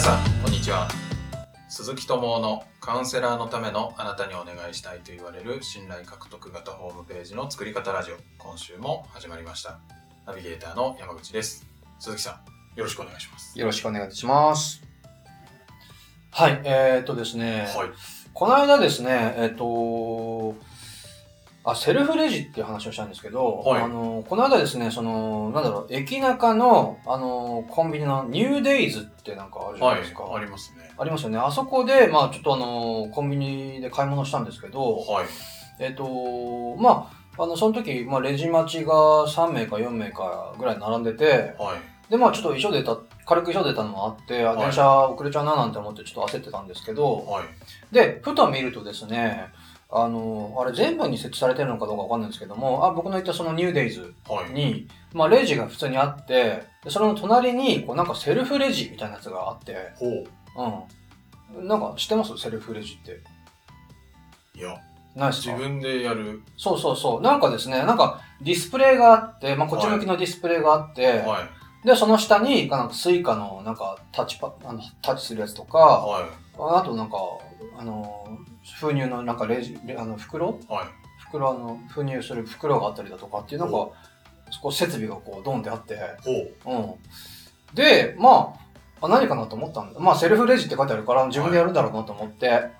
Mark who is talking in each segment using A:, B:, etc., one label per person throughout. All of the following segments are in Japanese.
A: さんこんにちは鈴木智夫のカウンセラーのためのあなたにお願いしたいと言われる信頼獲得型ホームページの作り方ラジオ今週も始まりましたナビゲーターの山口です鈴木さんよろしくお願いします
B: よろしくお願いします。はい、えー、っとですね、
A: はい
B: この間ですね、えーっと、あ、セルフレジっていう話をしたんですけど、
A: はい
B: あの、この間ですね、その、なんだろう、駅中の、あの、コンビニのニューデイズってなんかあるじゃ
A: は
B: ないいですか。
A: ありますね
B: ありますよね。あそこで、まあちょっとあの、コンビニで買い物したんですけど、
A: はい
B: えっ、と、まああの、その時、まあレジ待ちが3名か4名かぐらい並んでて、
A: はい
B: で、まあちょっと衣装出た、軽く衣装出たのもあって、あ
A: はい
B: 電車遅れちゃうななんて思ってちょっと焦ってたんですけど、
A: はい
B: で、ふと見るとですね、あの、あれ全部に設置されてるのかどうかわかんないんですけども、あ、僕の言ったそのニューデイズ
A: はい
B: に、まあレジが普通にあって、でそれの隣に、こうなんかセルフレジみたいなやつがあって、
A: ほう
B: うん。なんか知ってますセルフレジって。
A: いや
B: ないです
A: 自
B: か
A: 分でやる
B: そうそうそう。なんかですね、なんかディスプレイがあって、まあこっち向きのディスプレイがあって、
A: はい
B: で、その下に、なんかスイカの、なんか、タッチパ、あの、タッチするやつとか、
A: は
B: あとなんか、あの、封入の、なんかレジ、レあの、袋
A: いはい
B: 袋、あの、封入する袋があったりだとかっていう、なんか
A: お、
B: こう、設備がこう、ドンってあって、
A: ほう
B: うん。で、まあ、あ何かなと思ったんだ。まあ、セルフレジって書いてあるから、自分でやるんだろうなと思って、
A: え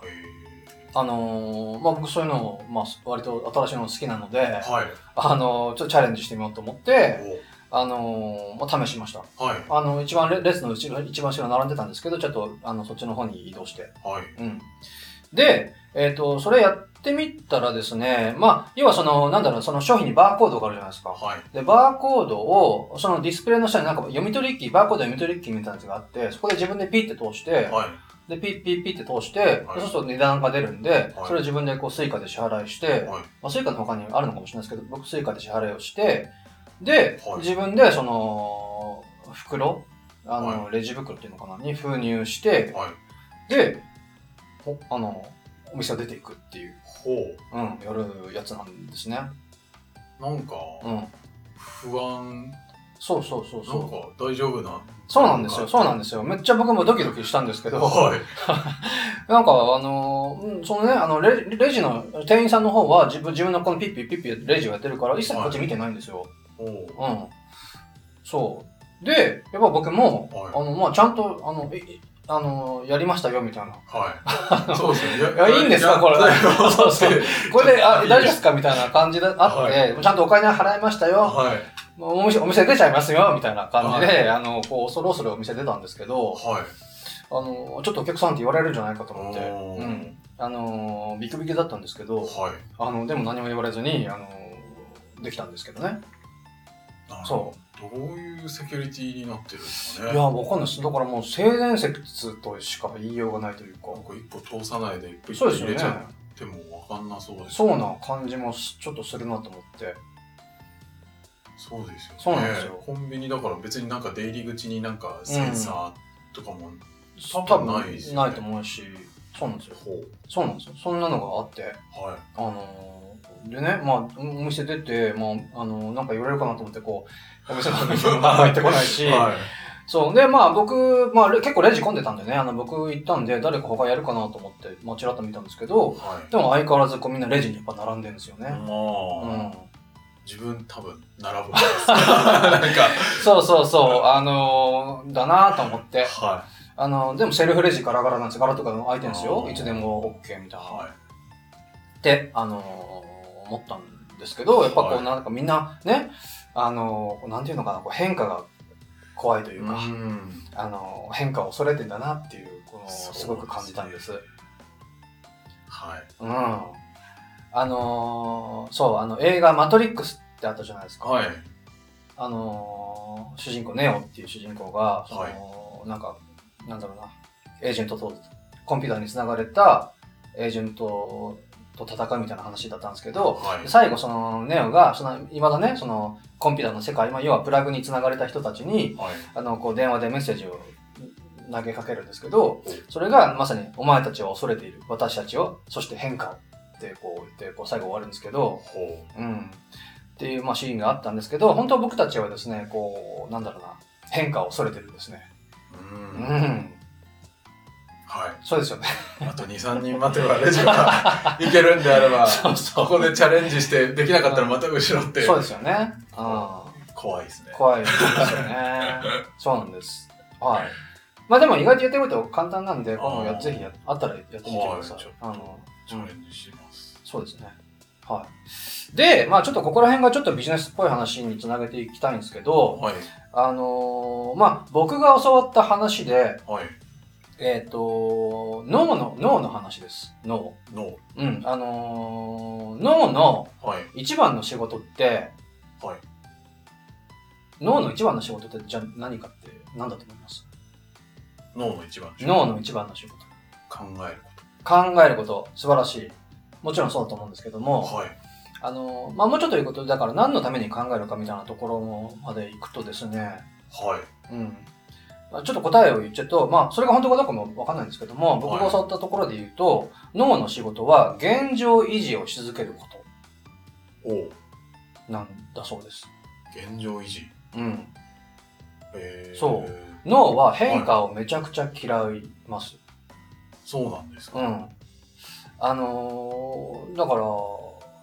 B: あのーまあ、僕そういうのを、まあ、割と新しいの好きなので
A: ー、はい
B: あのーちょっとチャレンジしてみようと思って、
A: ほ
B: あのーまあ、試しました。
A: うはい
B: あの、一番レ、列の後ろ、一番後ろ並んでたんですけど、ちょっと、あの、そっちの方に移動して。
A: はい
B: うん。で、えっ、と、それやってみたらですね、まあ、要はその、なんだろう、その商品にバーコードがあるじゃないですか。
A: はい
B: で、バーコードを、そのディスプレイの下になんか読み取り機、バーコード読み取り機みたいなやつがあって、そこで自分でピッて通して、
A: はい
B: で、ピッピッピッて通して、
A: はい
B: そうすると値段が出るんで、
A: はい
B: それを自分でこう、スイカで支払いして、
A: はい
B: まあ、スイカの他にあるのかもしれないですけど、僕スイカで支払いをして、で、
A: はい
B: 自分でその、袋あの、レジ袋っていうのかなに封入して、
A: はい
B: で、ほあの、お店を出ていくっていう、
A: ほう
B: うん、やるやつなんですね。
A: なんか、
B: うん。
A: 不安、なんか
B: そうそうそうそう。
A: 大丈夫な。
B: そうなんです
A: な
B: よ、
A: んか
B: そうなんですよ。めっちゃ僕もドキドキしたんですけど、
A: はい。
B: なんか、あのーうんそのね、あのレ、レジの店員さんの方は自分、自分のこのピッピッピッピッレジをやってるから、一切こっち見てないんですよ。
A: おう
B: うん。そう。で、やっぱ僕も、
A: はい
B: あの、まあ、ちゃんと、あの、いいあの、やりましたよ、みたいな。
A: はい。そうですね。
B: いや、いいんですか、これ。 そうそう。これで、あ、大丈夫ですかみたいな感じであって、ちゃんとお金払いましたよ。
A: はい。
B: お店、お店出ちゃいますよ、みたいな感じで、あの、こう、恐る恐るお店出たんですけど、
A: はい。
B: あの、ちょっとお客さんって言われるんじゃないかと思って、
A: おー
B: うん。あの、ビクビクだったんですけど、
A: はい。
B: あの、でも何も言われずに、あの、できたんですけどね。
A: なんか
B: そう。
A: どういうセキュリティになってるんですかね。
B: いや、わかんないです。だからもう性善説としか言いようがないというか
A: な。んか一個通さないで一個一
B: そ
A: 個
B: うです
A: 入
B: よ
A: れ
B: ね
A: ち。ゃってもわかんなそうです
B: そうな感じもしちょっとするなと思って。
A: そうですよね。
B: そうなんですよ
A: コンビニだから別になんか出入り口になんかセンサーとかも、
B: 多
A: 多分ないですよね
B: ないと思うし。そうなんですよ。
A: ほ
B: そうなんですよ。そんなのがあって。
A: う。はい。
B: あのー、でね、まあ、お店出て、まあ、あのーなんか言われるかなと思って、こう、お店の中に 入ってこないし、
A: はい。
B: そう。で、まあ僕、まあレ結構レジ混んでたんでね、あの、僕行ったんで、誰か他やるかなと思って、まあ、ちらっと見たんですけど、
A: はい。
B: でも相変わらずこうみんなレジにやっぱ並んでるんですよね。う
A: まあ、
B: ん
A: 自分多分並ぶんですなんか、
B: そうそうそう、あのーだなーと思って。
A: は
B: あのーでもセルフレジガラガラなんですガラとかも開いてるんですよ
A: あ。ー
B: いつでも OK みた
A: い。
B: いな。
A: はい。
B: って、あのー思ったんですけど、やっぱこ
A: はいう
B: なんかみんなね、あのーなんていうのかな、こう変化が怖いというか、
A: ん、
B: あのー変化を恐れてんだなっていう、この、
A: そう
B: すごく感じたんです。
A: はい
B: うん。あのーそう、あの映画マトリックスってあったじゃないですか。
A: はい
B: あのー主人公ネオっていう主人公が、その
A: は
B: なんかなんだろうなエージェントとコンピューターにつながれたエージェントと戦うみたいな話だったんですけど
A: はい
B: 最後そのネオがそのいまだねそのコンピューターの世界、まあ、要はプラグにつながれた人たちに
A: はい
B: あのこう電話でメッセージを投げかけるんですけどそれがまさに「お前たちを恐れている私たちをそして変化を」ってこう言ってこう最後終わるんですけど、
A: ほ
B: うん、っていう、まあ、シーンがあったんですけど本当は僕たちはですねこうなんだろうな変化を恐れてるんですね。
A: うう
B: うんん、そうですよ ね。
A: あと2、3人待てばレジが いけるんであれば、
B: そうそ
A: ここ
B: う。
A: でチャレンジしてできなかったらまた後ろって
B: そうですよね。あ
A: 怖いですね。
B: 怖いですよね。そうなんです。はい。まあでも意外とやってみると簡単なんで、このや
A: あー
B: ぜひやあったらやってみてください
A: はいちょっ。と
B: あの
A: チャレンジします。
B: そうですね。はい。で、まあちょっとここら辺がちょっとビジネスっぽい話につなげていきたいんですけど、
A: はい。
B: あのーまあ僕が教わった話で、
A: はい。
B: えっ、と、脳の、脳の話です。脳。
A: ノ
B: うん。あのー脳の
A: ー。はい。
B: 一番の仕事って、
A: はい
B: 脳の一番の仕事ってじゃあ何かって何だと思います
A: 脳の一番。
B: 脳の一番の仕事。
A: 考えるこ
B: 考えること、素晴らしい。もちろんそうだと思うんですけど
A: と。
B: も、
A: はい。
B: あの、まあ、もうちょっということで、だから何のために考えるかみたいなところまで行くとですね、
A: はい。
B: うん。まあちょっと答えを言っちゃうと、まあ、それが本当かどうかもわかんないんですけども、僕
A: は
B: が
A: い
B: 教わったところで言うと、脳の仕事は現状維持をし続けるこ
A: おう
B: となんだそうです。
A: 現状維持。
B: うん。
A: えー、
B: そう。脳は変化をめちゃくちゃ嫌います。
A: そうなんですか。
B: うん。あのーだから、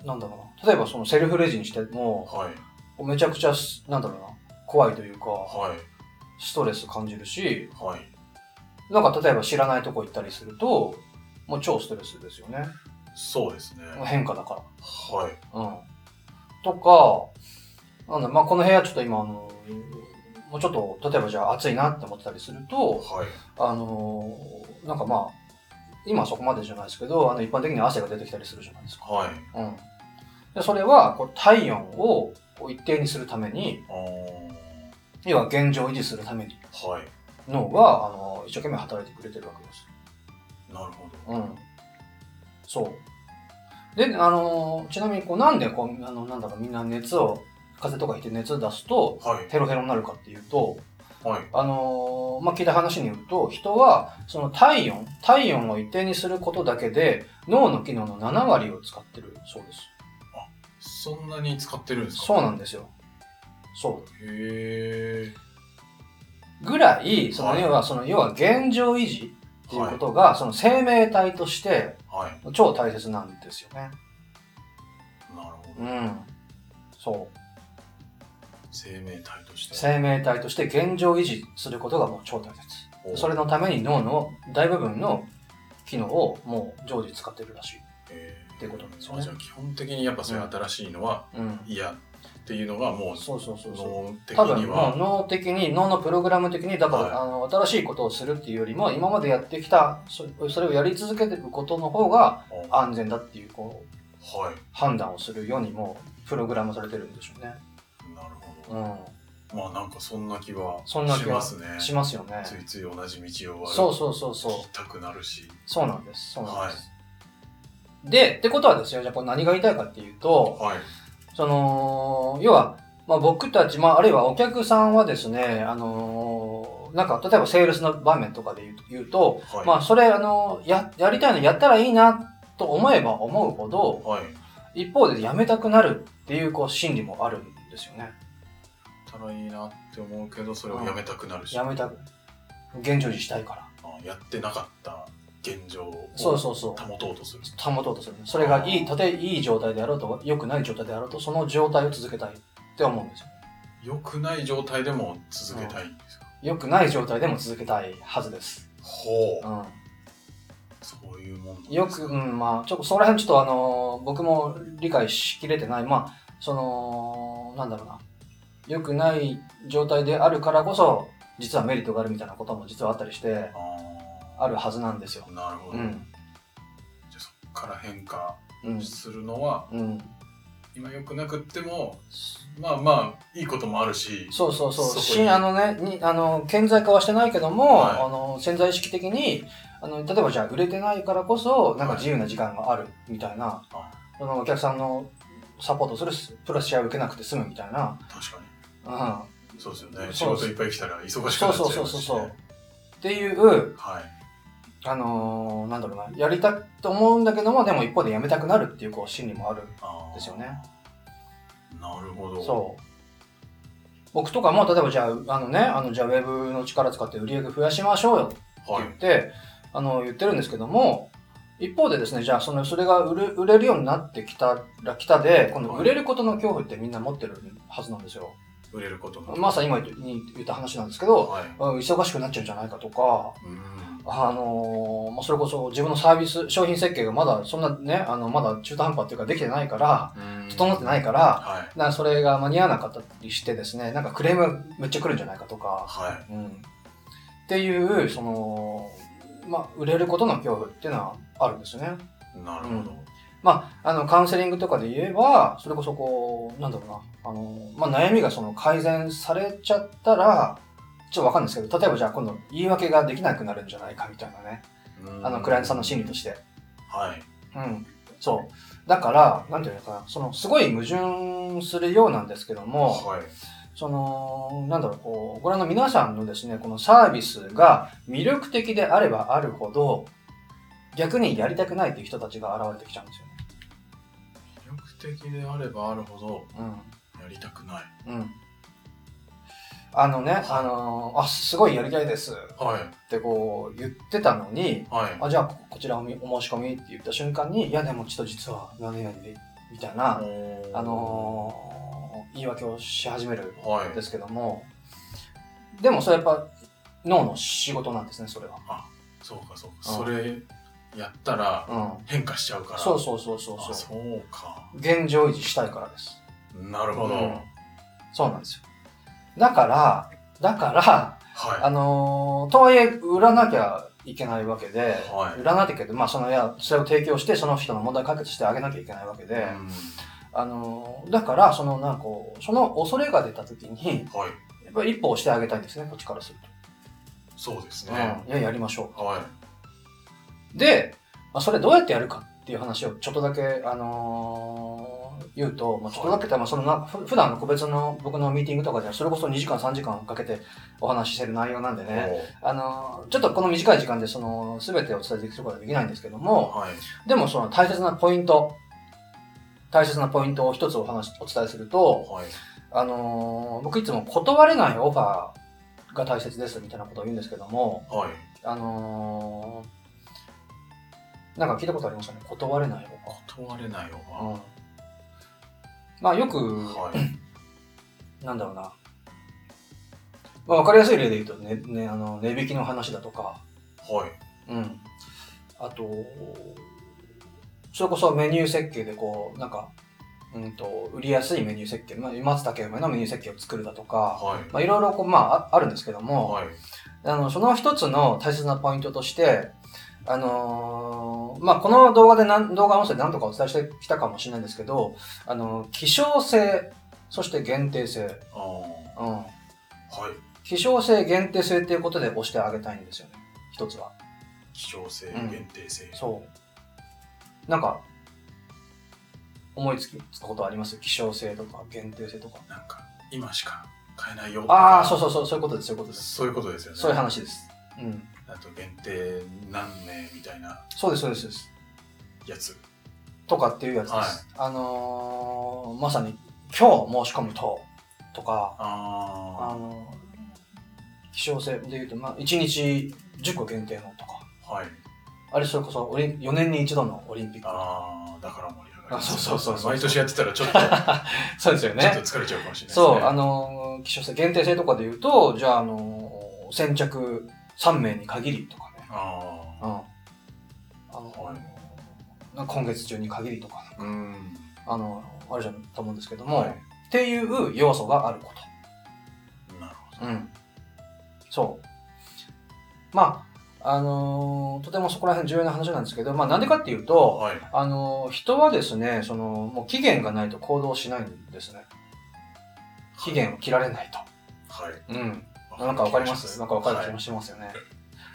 B: なんだろうな。例えばそのセルフレジにしても、
A: はい。
B: めちゃくちゃす、なんだろうな、怖いというか、
A: はい。
B: ストレス感じるし、
A: はい。
B: なんか例えば知らないとこ行ったりすると、もう超ストレスですよね。
A: そうですね。はい。
B: 変化だかから。うん。とか、なんだ、まあ、この部屋ちょっと今、あのもうちょっと、例えばじゃあ暑いなって思ったりすると、
A: はい。
B: あのーなんかまあ、今そこまでじゃないですけど、あの一般的に汗が出てきたりするじゃないですか。
A: はい。
B: うん。で、それは、こう体温をこう一定にするために、
A: あー
B: 要は現状を維持するために、
A: はい。
B: 脳が、あのー一生懸命働いてくれてるわけです。
A: なるほど。
B: うん。そう。で、あのーちなみに、こう、なんで、こう、あの、なんだろう、みんな熱を、風邪とかひいて熱出すと、
A: はい。
B: ヘロヘロになるかっていうと、
A: はい。
B: あのーまあ、聞いた話によると、人は、その体温、体温を一定にすることだけで、脳の機能の7割を使ってるそうです。
A: そんなに使ってるんですか
B: そうなんですよ。そ
A: へえ。
B: う。ぐらい、その、
A: はい
B: 要は、その、要は現状維持っていうことが、その生命体として、
A: はい。
B: 超大切なんですよね。
A: なるほど。
B: うん。そう。
A: 生命体として。
B: 生命体として現状維持することがもう超大切
A: おう
B: それのために脳の大部分の機能をもう常時使ってるらしい
A: えー
B: っていうことなんですよね
A: あじゃあ基本的にやっぱそういう新しいのは
B: うん
A: 嫌っていうのがもう
B: そうそうそうそう
A: 脳的
B: 多分
A: に
B: も
A: は
B: う。脳的に脳のプログラム的にだから、
A: はい
B: あの新しいことをするっていうよりも今までやってきたそそれをやり続けてることの方が
A: あ
B: 安全だっていうこう
A: はい。
B: 判断をするようにもプログラムされてるんでしょうね、
A: なるほ
B: う
A: ど。まあなんかそんな気はし
B: そんな気は
A: ますね。
B: ん、しますよね
A: ついつい同じ道を
B: そう
A: 歩
B: そうそうそう
A: きたくなるし。
B: そうなんです。そうなんです。で、ってことはですよ、じゃあこれ何が言いたいかっていうと、
A: はい。
B: その、要は、まあ、僕たち、まあ、あるいはお客さんはですね、あのーなんか、例えばセールスの場面とかで言う言うと、
A: はい。
B: まあ、それ、あのーや、やりたいのやったらいいなと思えば思うほど、
A: はい。
B: 一方でやめたくなるっていう、こう、心理もあるんですよね。
A: たらいいなって思うけど、それをやめたくなるし。
B: やめたく、現状維持したいから。
A: あやってなかった現状を
B: そう
A: 保
B: そうそう。
A: とうとする。
B: 保とうとするねそれがいいたとえいい状態であろうと良くない状態であろうとその状態を続けたいって思うんですよ
A: 良くない状態でも続けたいんですか
B: 良くない状態でも続けたいはずです、
A: ほ
B: う
A: う。
B: ん、
A: そういうもんなんです
B: よく、うん、まあちょっとそこら辺ちょっとあのー僕も理解しきれてないまあそのなんだろうな良くない状態であるからこそ実はメリットがあるみたいなことも実はあったりして
A: あ
B: あるはずなんですよ
A: ーなるほ
B: う
A: ど。
B: ん
A: じゃあそこから変化
B: うん
A: するのは、
B: うん
A: 今良くなくってもまあまあいいこともあるし
B: そうそうそう
A: そこに
B: しあのねにあの顕在化はしてないけども、
A: はい
B: あの潜在意識的にあの例えばじゃあ売れてないからこそなん
A: は
B: か
A: い
B: 自由な時間があるみたいな、
A: あ
B: そのお客さんのサポートするプラスシェアを受けなくて済むみたいな、
A: 確か
B: う
A: にそうですよね仕
B: そう
A: 事いっぱい来たら忙しくなっちゃい
B: そう
A: ますし、ね、
B: そうそうそうそうっていう、
A: はい
B: あのーなんだろうなやりたいと思うんだけどもでも一方でやめたくなるっていうこう心理もある
A: あー
B: ですよね
A: なるほど
B: そう僕とかも例えばじゃああのねあのじゃあウェブの力使って売り上げ増やしましょうよ
A: はい
B: って言って、あの、言ってるんですけども、一方でですね、じゃあ、その、それが売れ売れるようになってきたらきたで、今度
A: はい
B: 売れることの恐怖ってみんな持ってるはずなんですよ。
A: 売れることも。
B: まさに今言った話なんですけど、
A: はい。
B: うん忙しくなっちゃうんじゃないかとか、
A: うん。
B: あのーまあ、それこそ自分のサービス、商品設計がまだそんなね、あの、まだ中途半端っていうかできてないから、整って
A: い。
B: ないから、
A: はい。
B: なそれが間に合わなかったりしてですね、なんかクレームめっちゃ来るんじゃないかとか、
A: はい。
B: うん。っていう、その、まあ、売れることの恐怖っていうのはあるんですよね。
A: なるほど。
B: まあ、あの、カウンセリングとかで言えば、それこそこう、なんだろうな、あの、まあ、悩みがその改善されちゃったら、ちょっとわかんないですけど、例えばじゃあ今度言い訳ができなくなるんじゃないかみたいなね、
A: うん
B: あの、クライアントさんの心理として。
A: はい。
B: うん。そう。だから、なんていうのかな、その、すごい矛盾するようなんですけども、
A: はい。
B: その、なんだろう、こう、ご覧の皆さんのですね、このサービスが魅力的であればあるほど、逆にやりたくないっていう人たちが現れてきちゃうんですよね。
A: 魅力的であればあるほど、
B: うん。
A: やりたくない。
B: うん。あのね、あのーあ、すごいやりたいですっ
A: はい。
B: てこう言ってたのに、
A: はい。
B: あ、じゃあここちらおみお申し込みって言った瞬間に、いやでもちょっと実は何々で、みたいな、
A: おー
B: あのー言い訳をし始める
A: はい
B: ん。ですけども、でもそれやっぱ脳の仕事なんですね、それは。
A: そうか、そうか。
B: うん
A: それ、やったら、
B: うん。
A: 変化しちゃうから。
B: そうそうそうそう
A: あ
B: そう。
A: そうか。
B: 現状維持したいからです。
A: なるほど。
B: うんそうなんですよ。だから、だから、あ
A: は
B: のーとはいえ、売らなきゃいけないわけで、
A: はい
B: 売らなきゃいけない、まあ、その、いや、それを提供して、その人の問題解決してあげなきゃいけないわけ
A: い。
B: で、
A: うん
B: あのーだから、その、なんかこう、その恐れが出た時に、
A: はい。
B: やっぱり一歩押してあげたいんですね、こっちからする
A: そうです
B: と。
A: ね。
B: うん。いや、やりましょ
A: は
B: う。で、まあ、それどうやってやるかっていう話をちょっとだけ、あのー言うと、まあ、ちょっとだけって、まあ、そのな、ふ普段の個別の僕のミーティングとかでは、それこそ2時間、3時間かけてお話ししてる内容なんで
A: い。
B: ね、あの、ちょっとこの短い時間でその、すべてお伝えできることはできないんですけど
A: おー
B: も、
A: はい。
B: でもその大切なポイント、大切なポイントを一つお話、お伝えすると、
A: はい。
B: あの、僕いつも断れないオファーが大切ですみたいなことを言うんですけども、
A: はい。
B: あの、なんか聞いたことありますかね断れないオ
A: 断れないよ。
B: ファー。うん。まあよく、
A: はい。
B: なんだろうな。まあわかりやすい例で言うとね、ね、あの、値引きの話だとか、
A: はい。
B: うん。あと、それこそメニュー設計でこう、なんか、うんと、売りやすいメニュー設計、まあ、松竹梅のメニュー設計を作るだとか、
A: はい。
B: まあ、いろいろこう、まあ、ああるんですけども、
A: はい。
B: あの、その一つの大切なポイントとして、あのーまあ、この動画でなん、動画音声で何とかお伝えしてきたかもしれないんですけど、あの、希少性、そして限定性、
A: ああ。
B: うん。
A: はい。
B: 希少性、限定性っていうことで押してあげたいんですよね。一つは。
A: 希少性、
B: うん
A: 限定性。
B: そう。なんか、思いつきつくことあります希少性とか限定性とか。
A: なんか、今しか買えないよ。
B: ああ、そうそうそう、そういうことです、そういうことです。
A: そういうことですよね。
B: そういう話です。うん。
A: あと、限定何名みたいな
B: そうです、そうですそうです。
A: やつ。
B: とかっていうやつです。
A: はい
B: あのーまさに、今日申し込むと、とか、あ
A: あ
B: のー希少性で言うと、まあ、1日10個限定のとか、
A: あ。はい。
B: あれそれこそオリン4年に一度のオリンピック。
A: ああ、だから盛り上がります
B: あそうそうそうそう
A: 毎年やってたらちょっと、ちょっ
B: そうですよ ね。
A: と疲れちゃうかもしれないですね。
B: そう、あのー、希少性限定性とかで言うと、じゃあ、あのー、先着3名に限りとかね。
A: あ
B: うん。あ
A: は
B: のー、なんか今月中に限りとか、
A: あ。うん。
B: あのー、あるじゃんと思うんですけども、
A: はい
B: っていう要素があるこ
A: なるほ
B: と。うん。そう。まあ、あのー、とてもそこら辺重要な話なんですけど、まあ、なんでかっていう
A: ど。
B: と、
A: はい。
B: あのー、人はですね、その、もう期限がないと行動しないんですね。期限を切られないと。
A: はい。
B: うん。なんかわかりま
A: わ
B: す
A: る
B: なんかわかる気
A: は
B: も
A: い
B: しますよね。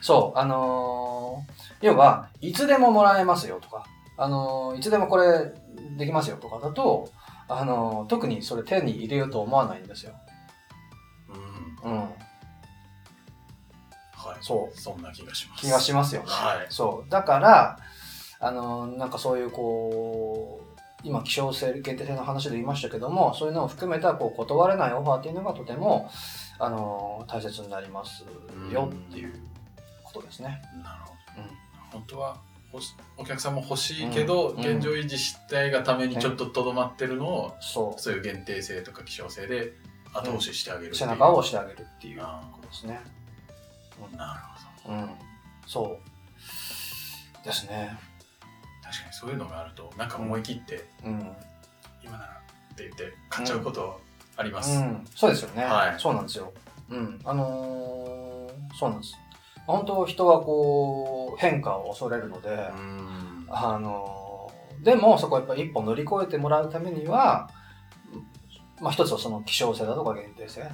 B: そう、あのー要は、いつでももらえますよとか、あのーいつでもこれできますよとかだと、あのー特にそれ手に入れようと思わないんですよ。
A: うん。
B: うん。
A: はい。
B: そ
A: そんな気がします。
B: 気がしますよね。
A: はい
B: そう。だから、あのーなんかそういうこう、今、希少性、限定性の話で言いましたけども、そういうのを含めたこう断れないオファーっていうのがとても、あのー大切になりますよっていうことですね。
A: なるほど。本当は欲しお客さんも欲しいけど、
B: うん
A: 現状維持したいがためにちょっととどまってるのを、
B: そ
A: そういう限定性とか希少性で後押ししてあげるっ
B: う
A: ていう、
B: 背中を押してあげるっていうこ
A: あ
B: とですね
A: ーなるほど
B: うんそうですね
A: 確かにそういうのがあるとなんか思い切って、
B: うん
A: 今ならって言って買っちゃうことあります、
B: うん、そうですよね、
A: はい
B: そうなんですよ、うん、あのーそうなんです本当人はこう変化を恐れるので、
A: うん
B: あのーでもそこはやっぱり一歩乗り越えてもらうためには、まあ、一つはその希少性だとか限定性
A: はい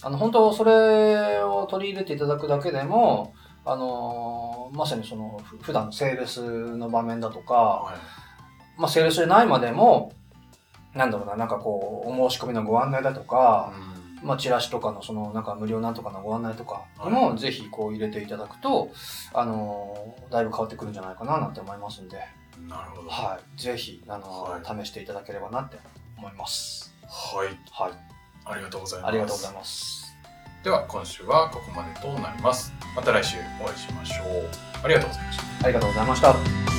B: あの本当それを取り入れていただくだけでもあのーまさにそのふ普段のセールスの場面だとか、
A: はい
B: まあ、セールスじゃないまでも、なんだろうな、なんかこう、お申し込みのご案内だとか、
A: うん
B: まあ、チラシとかの、その、なんか無料なんとかのご案内とかにも、ぜひこう入れていただくと、あのーだいぶ変わってくるんじゃないかななんて思いますんで、
A: なるほどは
B: はい。ぜひ、あのー試していただければなって思います。
A: い
B: はい。
A: ありがとうございます
B: ありがとうございます。
A: では今週はここまでとなりますまた来週お会いしましょうありがとうございました
B: ありがとうございました。